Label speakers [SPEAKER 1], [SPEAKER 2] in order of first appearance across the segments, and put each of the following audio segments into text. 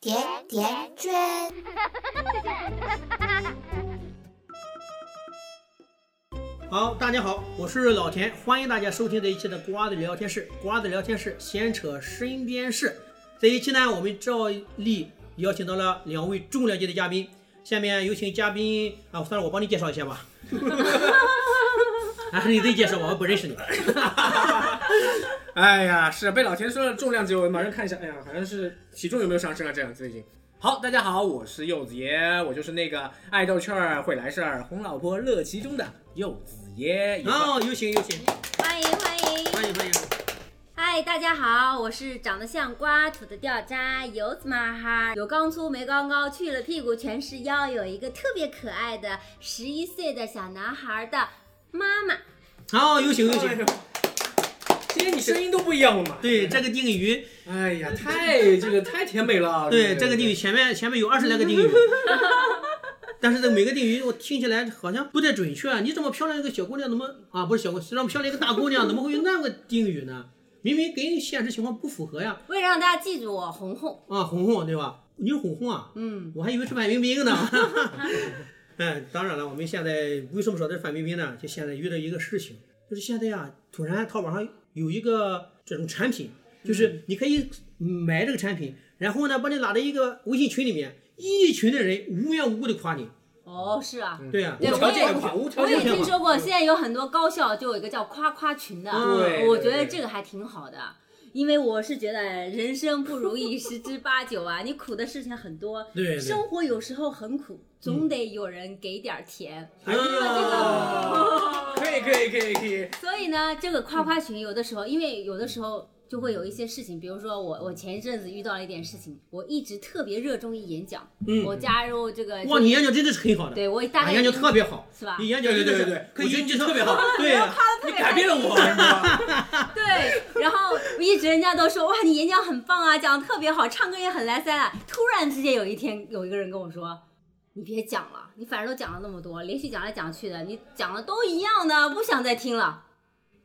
[SPEAKER 1] 甜甜圈。
[SPEAKER 2] 好，大家好，我是老田，欢迎大家收听这一期的瓜子聊天室。瓜子聊天室，闲扯身边事。这一期呢，我们照例邀请到了两位重量级的嘉宾。下面有请嘉宾啊，算了，我帮你介绍一下吧。啊，你自己介绍吧，我不认识你。
[SPEAKER 3] 哎呀，是被老田说了重量级，我马上看一下，哎呀，好像是体重有没有上升啊？这样子已经。好，大家好，我是柚子爷，我就是那个爱逗趣儿、会来事儿、哄老婆乐其中的柚子爷。也
[SPEAKER 2] 哦，有请有请，
[SPEAKER 4] 欢迎欢迎！
[SPEAKER 2] 欢迎欢迎。
[SPEAKER 4] 嗨，大家好，我是长得像瓜，土的掉渣，油子嘛哈，有刚粗没刚高，去了屁股全是腰，有一个特别可爱的十一岁的小男孩的妈妈。
[SPEAKER 2] 好，有请有请。
[SPEAKER 3] 今天你声音都不一样了嘛？
[SPEAKER 2] 对这个定语，
[SPEAKER 3] 哎呀，太这个太甜美了。
[SPEAKER 2] 对这个定语，前面前面有二十来个定语， 但是这每个定语我听起来好像不太准确。啊你这么漂亮一个小姑娘，怎么啊不是小姑，这么漂亮一个大姑娘，怎么会有那么个定语呢？明明跟现实情况不符合呀！
[SPEAKER 4] 为了让大家记住我，红红，
[SPEAKER 2] 啊，红红对吧？你是红红啊？
[SPEAKER 4] 嗯，
[SPEAKER 2] 我还以为是范冰冰呢。 嗯，当然了，我们现在为什么说这是范冰冰呢？就现在遇到一个事情，就是现在啊，突然淘宝上有一个这种产品，就是你可以买这个产品，然后呢，把你拉到一个微信群里面，一群的人无缘无故的夸你，
[SPEAKER 4] 哦，是啊，
[SPEAKER 3] 嗯
[SPEAKER 2] 对呀、
[SPEAKER 4] 对
[SPEAKER 3] 无条件款，无条
[SPEAKER 4] 我
[SPEAKER 3] 件
[SPEAKER 4] 也
[SPEAKER 3] 款。
[SPEAKER 4] 听说过，现在有很多高校就有一个叫夸夸群的，嗯
[SPEAKER 3] 对
[SPEAKER 4] 我觉得这个还挺好的。因为我是觉得人生不如意十之八九啊，你苦的事情很多，
[SPEAKER 2] 对对嗯
[SPEAKER 4] 生活有时候很苦，总得有人给点儿甜。
[SPEAKER 2] 啊
[SPEAKER 3] 哎呀，可以可以可以可以，
[SPEAKER 4] 所以呢，这个夸夸群有的时候，因为有的时候就会有一些事情，比如说我我前一阵子遇到了一点事情，我一直特别热衷于演讲，
[SPEAKER 2] 嗯
[SPEAKER 4] 我加入这个，
[SPEAKER 2] 哇，你研究真的是很好的，
[SPEAKER 4] 对我大概
[SPEAKER 2] 啊研究特别好，
[SPEAKER 4] 是吧
[SPEAKER 2] 你研究真的
[SPEAKER 3] 对
[SPEAKER 2] 是
[SPEAKER 3] 对对对
[SPEAKER 2] 可以
[SPEAKER 3] 我觉得你
[SPEAKER 2] 介绍
[SPEAKER 3] 特别好，
[SPEAKER 2] 对啊呀、
[SPEAKER 3] 你改变了 我，你知道吗？
[SPEAKER 4] 对，然后一直人家都说哇，你演讲很棒啊，讲的特别好，唱歌也很来塞啊。突然之间有一天，有一个人跟我说：“你别讲了，你反正都讲了那么多，连续讲来讲去的，你讲的都一样的，不想再听了。”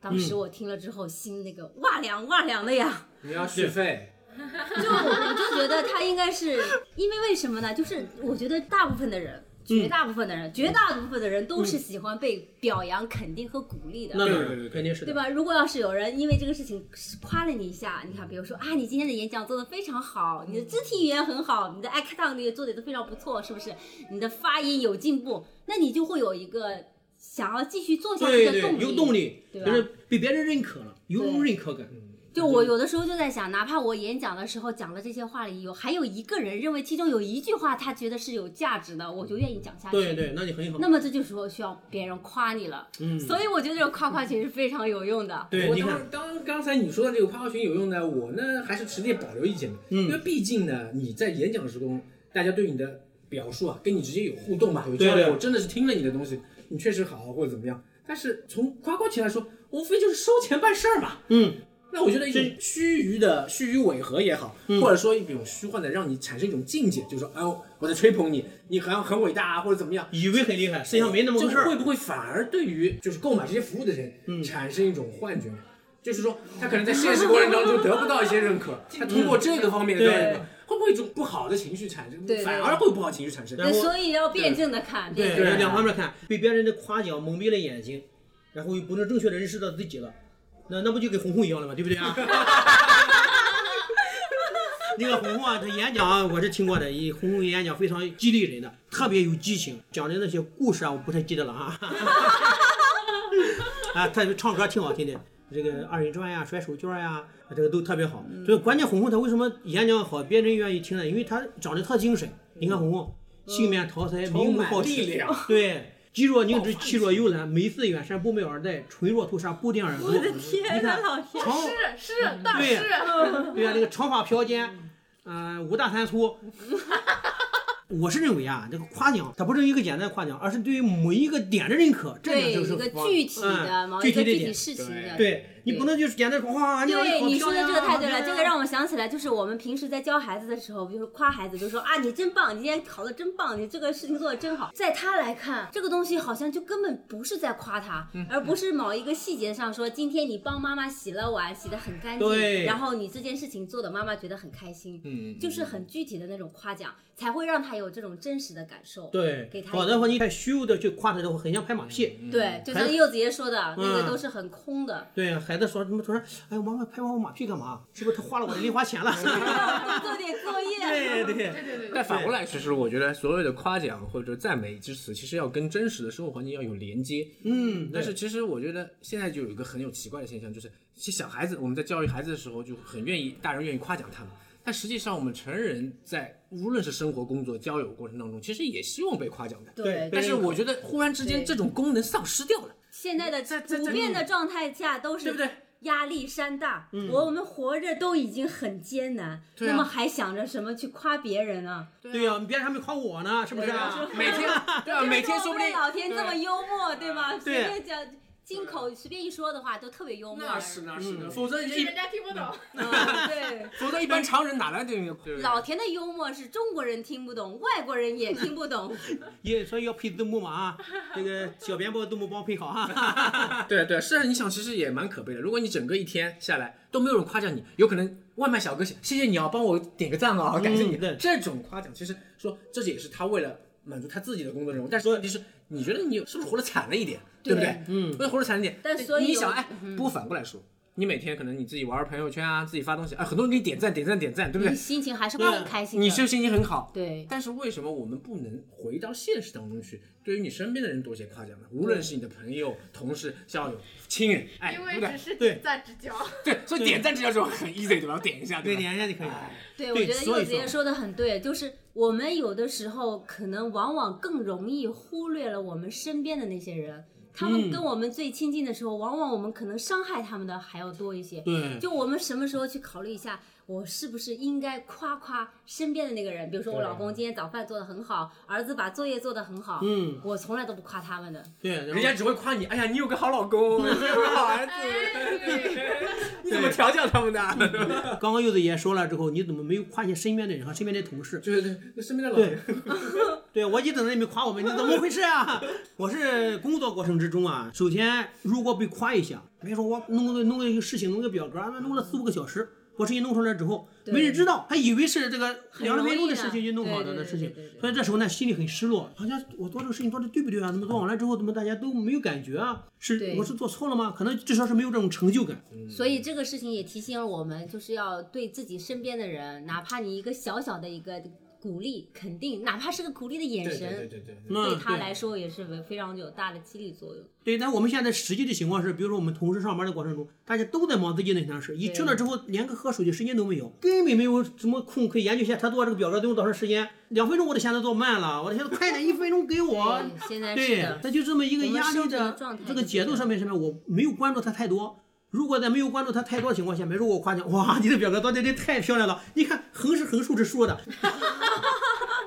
[SPEAKER 4] 当时我听了之后，心那个哇凉哇凉的呀，
[SPEAKER 3] 你要续费。
[SPEAKER 4] 就我就觉得他应该是因为为什么呢？就是我觉得大部分的人。绝大部分的人，绝大部分的人都是喜欢被表扬、肯定和鼓励的。
[SPEAKER 2] 那当
[SPEAKER 3] 对对
[SPEAKER 2] 然
[SPEAKER 3] 对对
[SPEAKER 2] 肯定是的
[SPEAKER 4] 对，吧？如果要是有人因为这个事情夸了你一下，你看，比如说啊，你今天的演讲做得非常好，你的肢体语言很好，你的 act on 那个做的都非常不错，是不是？你的发音有进步，那你就会有一个想要继续做下去
[SPEAKER 2] 对
[SPEAKER 4] 的
[SPEAKER 2] 对，有动
[SPEAKER 4] 动力。
[SPEAKER 2] 力，
[SPEAKER 4] 对吧
[SPEAKER 2] 就是被别人认可了，有
[SPEAKER 4] 对
[SPEAKER 2] 认可感，
[SPEAKER 3] 嗯
[SPEAKER 4] 就我有的时候就在想，哪怕我演讲的时候讲了这些话里有还有一个人认为其中有一句话他觉得是有价值的，我就愿意讲下去。
[SPEAKER 2] 对对，那你很好，
[SPEAKER 4] 那么这就是我需要别人夸你了，
[SPEAKER 2] 嗯，
[SPEAKER 4] 所以我觉得这种夸夸群是非常有用的。
[SPEAKER 2] 对，
[SPEAKER 3] 我
[SPEAKER 2] 你
[SPEAKER 3] 当
[SPEAKER 2] 看
[SPEAKER 3] 然，当然刚才你说的这个夸夸群有用呢，我呢还是持点保留意见的，
[SPEAKER 2] 嗯
[SPEAKER 3] 因为毕竟呢你在演讲时中，大家对你的表述啊，跟你直接有互动嘛，有
[SPEAKER 2] 对
[SPEAKER 3] 交
[SPEAKER 2] 对
[SPEAKER 3] 流，我真的是听了你的东西，你确实好或者怎么样，但是从夸夸群来说，无非就是收钱办事儿嘛。
[SPEAKER 2] 嗯。
[SPEAKER 3] 那我觉得一种须臾的虚与违和也好，
[SPEAKER 2] 嗯
[SPEAKER 3] 或者说一种虚幻的，让你产生一种境界，就是说，哎呦，我在吹捧你，你好像很伟大啊，或者怎么样，
[SPEAKER 2] 以为很厉害，实际上没那么
[SPEAKER 3] 这
[SPEAKER 2] 回
[SPEAKER 3] 个
[SPEAKER 2] 事
[SPEAKER 3] 会
[SPEAKER 2] 儿。嗯
[SPEAKER 3] 不会反而对于就是购买这些服务的人，产生一种幻觉？就是说，他可能在现实过程当中得不到一些认 可，他通过这个方面得到认可
[SPEAKER 4] 对，
[SPEAKER 3] 会不会一种不好的情绪产生
[SPEAKER 4] 对？对
[SPEAKER 3] 反而会有不好情绪产生。
[SPEAKER 2] 然后
[SPEAKER 4] 所以要辩证的看，辩证地
[SPEAKER 3] 对
[SPEAKER 2] 两方面看，被别人的夸奖蒙蔽了眼睛，然后又不能正确的认识到自己了，那那不就跟红红一样了吗？对不对啊？那个红红啊，她演讲啊我是听过的，一红红演讲非常激励人的，特别有激情，讲的那些故事啊，我不太记得了啊。 啊，她唱歌挺好听的，这个二人转呀、甩手绢呀、这个都特别好。
[SPEAKER 3] 嗯
[SPEAKER 2] 所以关键红红她为什么演讲好，别人愿意听呢？因为她长得特精神。你看红红，信面桃腮，
[SPEAKER 3] 嗯充
[SPEAKER 2] 明目
[SPEAKER 3] 满
[SPEAKER 2] 皓齿
[SPEAKER 3] 力，量，
[SPEAKER 2] 对，肌弱凝脂，气若幽兰，眉似远山，不媚尔黛，唇若涂沙，不定耳目。我的天
[SPEAKER 3] 啊
[SPEAKER 2] 哪，老天！长
[SPEAKER 5] 是是，大
[SPEAKER 2] 嗯对
[SPEAKER 5] 是，
[SPEAKER 2] 对呀、那个长发飘肩，嗯、五大三粗。 我是认为啊，这个夸奖它不是一个简单的夸奖，而是对于某一个点的认可，这
[SPEAKER 4] 对
[SPEAKER 2] 就
[SPEAKER 4] 一
[SPEAKER 2] 是
[SPEAKER 4] 个
[SPEAKER 2] 夸
[SPEAKER 4] 具体的
[SPEAKER 2] 嗯
[SPEAKER 4] 某
[SPEAKER 2] 具
[SPEAKER 4] 一
[SPEAKER 2] 体
[SPEAKER 4] 个
[SPEAKER 2] 的
[SPEAKER 4] 具
[SPEAKER 2] 点
[SPEAKER 4] 体事情的，
[SPEAKER 2] 对，你不能就是简单说哇，你好
[SPEAKER 4] 对，你说的
[SPEAKER 2] 啊
[SPEAKER 4] 这个太对了，这个
[SPEAKER 2] 我
[SPEAKER 4] 让我想起来，就是我们平时在教孩子的时候，就是夸孩子，就说啊，你真棒，你今天考的真棒，你这个事情做的真好。在他来看，这个东西好像就根本不是在夸他，
[SPEAKER 2] 嗯
[SPEAKER 4] 而不是某一个细节上说，今天你帮妈妈洗了碗，洗得很干净，
[SPEAKER 2] 对
[SPEAKER 4] 然后你这件事情做的妈妈觉得很开心，
[SPEAKER 1] 嗯，
[SPEAKER 4] 就是很具体的那种夸奖，才会让他有这种真实的感受。
[SPEAKER 2] 对
[SPEAKER 4] 给，他
[SPEAKER 2] 否则
[SPEAKER 4] 一
[SPEAKER 2] 的
[SPEAKER 4] 个嗯
[SPEAKER 2] 话你太虚无的去夸他的话，很像拍马屁。
[SPEAKER 3] 嗯
[SPEAKER 4] 对，就像
[SPEAKER 2] 还
[SPEAKER 4] 柚子爷说的，那个
[SPEAKER 2] 嗯
[SPEAKER 4] 都是很空的。
[SPEAKER 2] 对，啊孩子说什么突然，哎呦，妈妈拍完我马屁干嘛？是不是他花了我的零花钱了？
[SPEAKER 4] 做点作业。
[SPEAKER 2] 对对
[SPEAKER 5] 对对对对
[SPEAKER 3] 但反过来，其实我觉得所有的夸奖或者赞美之词，其实要跟真实的生活环境要有连接。
[SPEAKER 2] 嗯，
[SPEAKER 3] 但是其实我觉得现在就有一个很有奇怪的现象，就是其实小孩子我们在教育孩子的时候就很愿意，大人愿意夸奖他们，但实际上我们成人在无论是生活、工作、交友过程当中，其实也希望被夸奖的。
[SPEAKER 2] 对
[SPEAKER 3] 但是我觉得忽然之间
[SPEAKER 4] 对
[SPEAKER 3] 这种功能丧失掉了，
[SPEAKER 4] 现在的
[SPEAKER 3] 在在在
[SPEAKER 4] 普遍的状态下都是
[SPEAKER 3] 对不对？
[SPEAKER 4] 压力山大，我我们活着都已经很艰难，
[SPEAKER 3] 对啊
[SPEAKER 4] 那么还想着什么去夸别人啊？
[SPEAKER 2] 对呀，你别人还没夸我呢，是不是啊？
[SPEAKER 3] 每天对啊，每天
[SPEAKER 4] 就是
[SPEAKER 3] 说
[SPEAKER 4] 我
[SPEAKER 3] 不
[SPEAKER 4] 们
[SPEAKER 3] 定
[SPEAKER 4] 的老天这么幽默，对吧？随
[SPEAKER 2] 对
[SPEAKER 4] 便讲金口随便一说的话都特别幽默。
[SPEAKER 3] 那是那是的，
[SPEAKER 2] 嗯
[SPEAKER 3] 否则
[SPEAKER 5] 对，就是
[SPEAKER 3] 一
[SPEAKER 5] 人家听不懂，
[SPEAKER 4] 嗯 对。
[SPEAKER 3] 否则一般常人哪来的那个对不对
[SPEAKER 4] 老田的幽默是中国人听不懂，外国人也听不懂。
[SPEAKER 2] 也所以要配字幕嘛啊， 这个小编把字幕帮我配好啊。
[SPEAKER 3] 对对，是啊，你想其实也蛮可悲的。如果你整个一天下来都没有人夸奖你，有可能外卖小哥谢谢你啊，帮我点个赞啊，感谢你。
[SPEAKER 2] 嗯对
[SPEAKER 3] 这种夸奖，其实说这也是他为了满足他自己的工作任务。但是问题是，你觉得你是不是活得惨了一点，对不对？嗯，会活得惨一点。
[SPEAKER 4] 但所以
[SPEAKER 3] 你想，
[SPEAKER 4] 有嗯
[SPEAKER 3] 哎，不过反过来说，你每天可能你自己玩朋友圈啊，自己发东西，哎，很多人给你点赞、点赞、点 赞，对不
[SPEAKER 4] 你
[SPEAKER 3] 对？
[SPEAKER 4] 心情还是会很开心的。
[SPEAKER 3] 你是心情很好，
[SPEAKER 4] 对
[SPEAKER 3] 但是为什么我们不能回到现实当中去，对于你身边的人多些夸奖呢？无论是你的朋友、同事、校友、亲人，哎，
[SPEAKER 5] 因
[SPEAKER 3] 对
[SPEAKER 5] 为
[SPEAKER 3] 不对
[SPEAKER 5] 只？是
[SPEAKER 2] 对
[SPEAKER 5] 点赞之交。
[SPEAKER 3] 对，所以点赞这叫这种很 easy，对吧？点一下，
[SPEAKER 2] 对，
[SPEAKER 3] 吧？
[SPEAKER 2] 连一下就可以了。
[SPEAKER 3] 哎
[SPEAKER 4] 对，
[SPEAKER 2] 对
[SPEAKER 4] 我觉得
[SPEAKER 2] 所
[SPEAKER 4] 柚
[SPEAKER 2] 以
[SPEAKER 4] 子爷
[SPEAKER 2] 说
[SPEAKER 4] 说的很对，就是我们有的时候可能往往更容易忽略了我们身边的那些人，他
[SPEAKER 2] 嗯
[SPEAKER 4] 们跟我们最亲近的时候，往往我们可能伤害他们的还要多一些。
[SPEAKER 2] 对，
[SPEAKER 4] 就我们什么时候去考虑一下，我是不是应该夸夸身边的那个人？比如说我老公今天早饭做的很好，儿子把作业做的很好，
[SPEAKER 2] 嗯，
[SPEAKER 4] 我从来都不夸他们的。
[SPEAKER 2] 对，然后
[SPEAKER 3] 人家只会夸你，哎呀，你有个好老 公，你有个好儿
[SPEAKER 5] 哎
[SPEAKER 3] 子，你怎么调教他们的？
[SPEAKER 2] 刚刚柚子也说了之后，你怎么没有夸一下身边的人和身边的同事？
[SPEAKER 3] 对对，那身边的老人，
[SPEAKER 2] 对我一等也没夸我们，你怎么回事啊？我是工作过程之中啊，首先如果被夸一下，没说我弄个弄个一个事情，弄个表格，啊弄了四五个小时，我事情弄出来之后，
[SPEAKER 4] 对
[SPEAKER 2] 没人知道，还以为是这个
[SPEAKER 4] 很
[SPEAKER 2] 两
[SPEAKER 4] 容
[SPEAKER 2] 三
[SPEAKER 4] 易
[SPEAKER 2] 分钟的
[SPEAKER 4] 的
[SPEAKER 2] 事情就弄好了
[SPEAKER 4] 对对
[SPEAKER 2] 的
[SPEAKER 4] 对
[SPEAKER 2] 事情
[SPEAKER 4] 对对对，
[SPEAKER 2] 所以这时候呢，心里很失落，好像我做这个事情做的对不对啊？怎么做完了之后，怎么大家都没有感觉啊？是
[SPEAKER 4] 对
[SPEAKER 2] 我是做错了吗？可能至少是没有这种成就感。
[SPEAKER 3] 嗯
[SPEAKER 4] 所以这个事情也提醒了我们，就是要对自己身边的人，哪怕你一个小小的一个鼓励、肯定，哪怕是个鼓励的眼
[SPEAKER 3] 对
[SPEAKER 4] 神，
[SPEAKER 3] 对对对对对，
[SPEAKER 2] 嗯，
[SPEAKER 4] 对他来说也是非非常有大的激励作用。
[SPEAKER 2] 对，但我们现在实际的情况是，比如说我们同事上班的过程中，大家都在忙自己的那件事，一去了之后，连个喝水的时间都没有，根本没有什么空可以研究一下他做这个表格得用多长时间，两分钟我得嫌他做慢了，我得嫌他快点，一分钟给我。
[SPEAKER 4] 对，现在是
[SPEAKER 2] 对
[SPEAKER 4] 的，，
[SPEAKER 2] 他就这么一个
[SPEAKER 4] 我们
[SPEAKER 2] 压
[SPEAKER 4] 生
[SPEAKER 2] 力
[SPEAKER 4] 存的
[SPEAKER 2] 的
[SPEAKER 4] 状态
[SPEAKER 2] 这
[SPEAKER 4] 就
[SPEAKER 2] 个
[SPEAKER 4] 是
[SPEAKER 2] 节
[SPEAKER 4] 这
[SPEAKER 2] 奏
[SPEAKER 4] 样
[SPEAKER 2] 上面上面，我没有关注他太多。如果在没有关注他太多的情况下面，比如说我夸奖，哇，你的表格做的这太漂亮了，你看横是横，竖是竖的，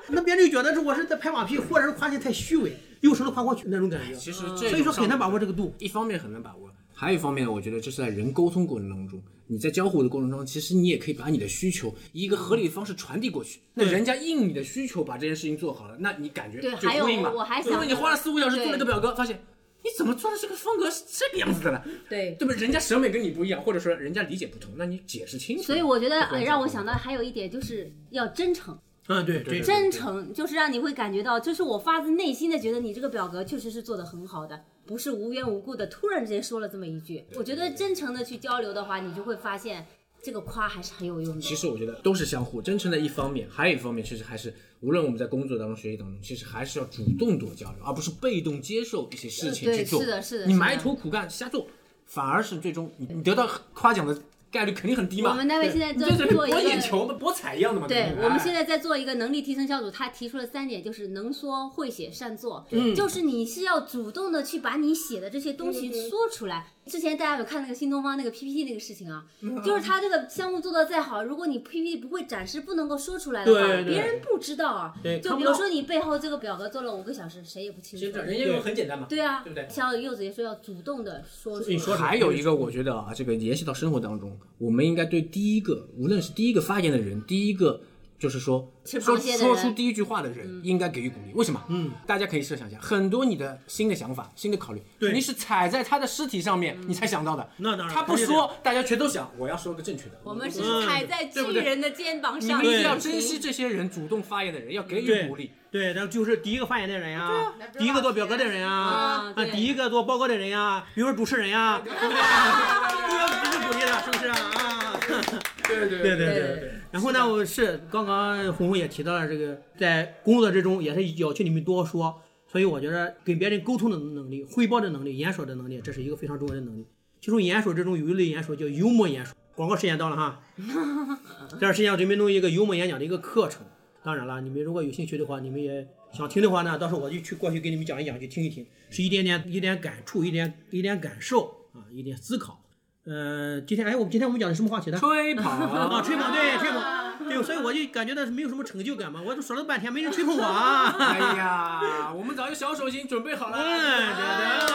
[SPEAKER 2] 那别人就觉得是我是在拍马屁，或者是夸你太虚伪，又成了夸过去那种感觉。
[SPEAKER 3] 其
[SPEAKER 4] 嗯
[SPEAKER 3] 实这
[SPEAKER 2] 所以说很难把
[SPEAKER 3] 握。
[SPEAKER 2] 握这个度。
[SPEAKER 3] 一方面很难把握，还有一方面，我觉得这是在人沟通过程当中，你在交互的过程中，其实你也可以把你的需求以一个合理的方式传递过去。那人家应你的需求把这件事情做好了，那你感觉
[SPEAKER 4] 对
[SPEAKER 3] 就
[SPEAKER 4] 还有
[SPEAKER 3] 呼应嘛。
[SPEAKER 4] 我还
[SPEAKER 3] 比如说
[SPEAKER 4] 想
[SPEAKER 3] 你花了四五个小时做了
[SPEAKER 4] 对
[SPEAKER 3] 个表格，发现你怎么做的这个风格是这个样子的了，
[SPEAKER 4] 对。
[SPEAKER 3] 对不对？人家审美跟你不一样，或者说人家理解不同，那你解释清楚。
[SPEAKER 4] 所以我觉得
[SPEAKER 3] 不
[SPEAKER 4] 呃
[SPEAKER 3] 会
[SPEAKER 4] 让我想到还有一点就是要真诚，
[SPEAKER 2] 啊，对对
[SPEAKER 3] 嗯对
[SPEAKER 4] 真诚就是让你会感觉到，就是我发自内心的觉得你这个表格确实是做的很好的，不是无缘无故的突然之间说了这么一句。我觉得真诚的去交流的话，你就会发现这个夸还是很有用的。
[SPEAKER 3] 其实我觉得都是相互，真诚的一方面，还有一方面其实还是，无论我们在工作当中、学习当中，其实还是要主动多交流，而不是被动接受一些事情
[SPEAKER 4] 呃对
[SPEAKER 3] 去做。
[SPEAKER 4] 是的是的
[SPEAKER 3] 你
[SPEAKER 4] 是的
[SPEAKER 3] 埋头苦干瞎做，反而是最终你你得到夸奖的概率肯定很低嘛。
[SPEAKER 4] 我们单位现在
[SPEAKER 3] 你
[SPEAKER 4] 在
[SPEAKER 3] 就是
[SPEAKER 4] 做一
[SPEAKER 3] 博眼
[SPEAKER 4] 个，
[SPEAKER 3] 球、博彩一样的嘛。
[SPEAKER 4] 对
[SPEAKER 3] 不
[SPEAKER 4] 我们现
[SPEAKER 3] 哎
[SPEAKER 4] 在在做一个能力提升小组，他提出了三点，就是能说、会写、善做。嗯，就是你是要主动的去把你写的这些东西说出来。之前大家有看那个新东方那个 PPT 那个事情啊，
[SPEAKER 3] 嗯
[SPEAKER 4] 就是他这个项目做的再好，如果你 PPT 不会展示、不能够说出来的话，
[SPEAKER 2] 对对
[SPEAKER 4] 别人不知道啊。
[SPEAKER 2] 对，
[SPEAKER 4] 就
[SPEAKER 2] 看
[SPEAKER 4] 比
[SPEAKER 2] 不
[SPEAKER 4] 如
[SPEAKER 2] 到
[SPEAKER 4] 说你背后这个表格做了五个小时，谁也不清
[SPEAKER 3] 其实
[SPEAKER 4] 楚。
[SPEAKER 3] 人家用很简单嘛，
[SPEAKER 4] 对啊，
[SPEAKER 3] 对不对？
[SPEAKER 4] 像柚子也说要主动的说出
[SPEAKER 2] 你
[SPEAKER 4] 来。
[SPEAKER 2] 说
[SPEAKER 3] 还有一个，我觉得啊，这个联系到生活当中，我们应该对第一个，无论是第一个发言的人，第一个就是说
[SPEAKER 4] 吃螃
[SPEAKER 3] 说
[SPEAKER 4] 蟹的
[SPEAKER 3] 说
[SPEAKER 4] 人嗯
[SPEAKER 3] 出第一句话的人，应该给予鼓励。为什么？嗯，大家可以设想一下，很多你的新的想法、新的考虑，
[SPEAKER 2] 对
[SPEAKER 3] 肯定是踩在他的尸体上
[SPEAKER 4] 嗯
[SPEAKER 3] 面，你才想到的。
[SPEAKER 2] 那当然
[SPEAKER 3] 他不
[SPEAKER 2] 肯定
[SPEAKER 3] 说，大家全都想，我要说个正确的。
[SPEAKER 4] 我们是
[SPEAKER 2] 嗯
[SPEAKER 4] 踩在巨
[SPEAKER 3] 对不对
[SPEAKER 4] 人的肩膀
[SPEAKER 3] 你
[SPEAKER 4] 上，
[SPEAKER 3] 们一定
[SPEAKER 2] 对
[SPEAKER 3] 要珍惜这些人主动发言的人，要给予
[SPEAKER 2] 对
[SPEAKER 3] 鼓励。
[SPEAKER 2] 对，然后就是第一个发言的人呀，第一个做表格的人呀啊，
[SPEAKER 4] 啊，对
[SPEAKER 2] 第一个做报告的人呀，比如说主持人呀，对 不对？都要都是鼓励的，是不是啊？啊，
[SPEAKER 3] 对
[SPEAKER 2] 对对
[SPEAKER 3] 对
[SPEAKER 4] 对
[SPEAKER 2] 对
[SPEAKER 4] 对
[SPEAKER 2] 对。然后呢，我是刚刚红红也提到了这个，在工作之中也是要求你们多说，所以我觉得跟别人沟通的能力、汇报的能力、严守的能力，这是一个非常重要的能力。其中严守之中有一类严守叫幽默严守。广告时间到了哈，这段时间我准备弄一个幽默演讲的一个课程。当然了，你们如果有兴趣的话，你们也想听的话呢，到时候我就去过去给你们讲一讲，去听一听，是一点点一点感触，一点一点感受啊，一点思考。呃，今天哎，我们今天我们讲的什么话题呢？
[SPEAKER 3] 吹捧
[SPEAKER 2] 啊，吹捧对吹捧，对，所以我就感觉到是没有什么成就感嘛，我都说了半天没人吹捧我啊。
[SPEAKER 3] 哎 呀，我们早就小手心准备好了。
[SPEAKER 2] 嗯对的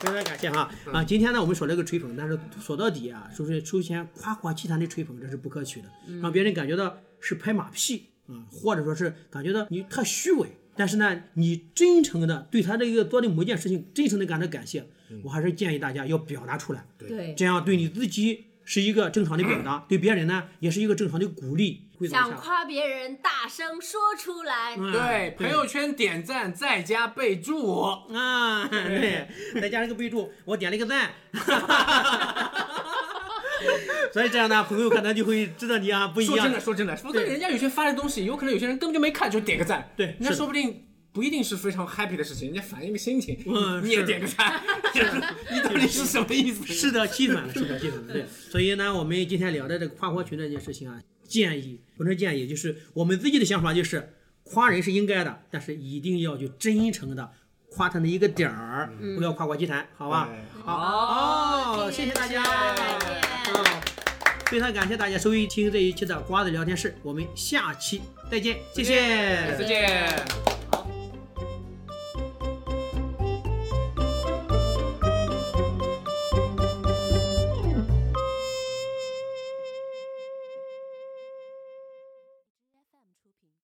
[SPEAKER 2] 非常感谢哈啊！今天呢，我们说这个吹捧，但是说到底啊，首先首先夸夸其谈的吹捧，这是不可取的，让别人感觉到是拍马屁啊、或者说是感觉到你太虚伪。但是呢，你真诚的对他这个做的某件事情真诚的感到感谢，我还是建议大家要表达出来。
[SPEAKER 4] 对，
[SPEAKER 2] 这样对你自己是一个正常的表达，对别人呢也是一个正常的鼓励。会怎么
[SPEAKER 4] 想
[SPEAKER 2] 样
[SPEAKER 4] 夸别人，大声说出来。
[SPEAKER 2] 嗯
[SPEAKER 3] 对，朋友圈点赞再加备注。
[SPEAKER 2] 啊，对，再加上一个备注，我点了一个赞。 所以这样呢，朋友可能就会知道你啊不一
[SPEAKER 3] 说
[SPEAKER 2] 样
[SPEAKER 3] 真的，。说真的，我对
[SPEAKER 2] 对
[SPEAKER 3] 人家有些发的东西，有可能有些人根本就没看，就点个赞。
[SPEAKER 2] 对
[SPEAKER 3] 人家
[SPEAKER 2] 是的
[SPEAKER 3] 说不定不一定是非常 happy 的事情，人家反映个心情，
[SPEAKER 2] 嗯
[SPEAKER 3] 你也
[SPEAKER 2] 是
[SPEAKER 3] 点 个赞， 你到底是什么意思？
[SPEAKER 2] 适得其反，适得其反。对，所以呢，我们今天聊的这个夸活群这件事情啊，建议不是建议，就是我们自己的想法就是，夸人是应该的，但是一定要去真诚的夸他的一个点儿，不要夸夸其谈，好吧？哦
[SPEAKER 3] 对
[SPEAKER 2] 好，谢嗯谢大家，
[SPEAKER 3] 哎
[SPEAKER 4] 再见
[SPEAKER 2] 嗯非常感谢大家收听这一期的瓜子聊天室，我们下期再见，谢谢
[SPEAKER 3] 再见。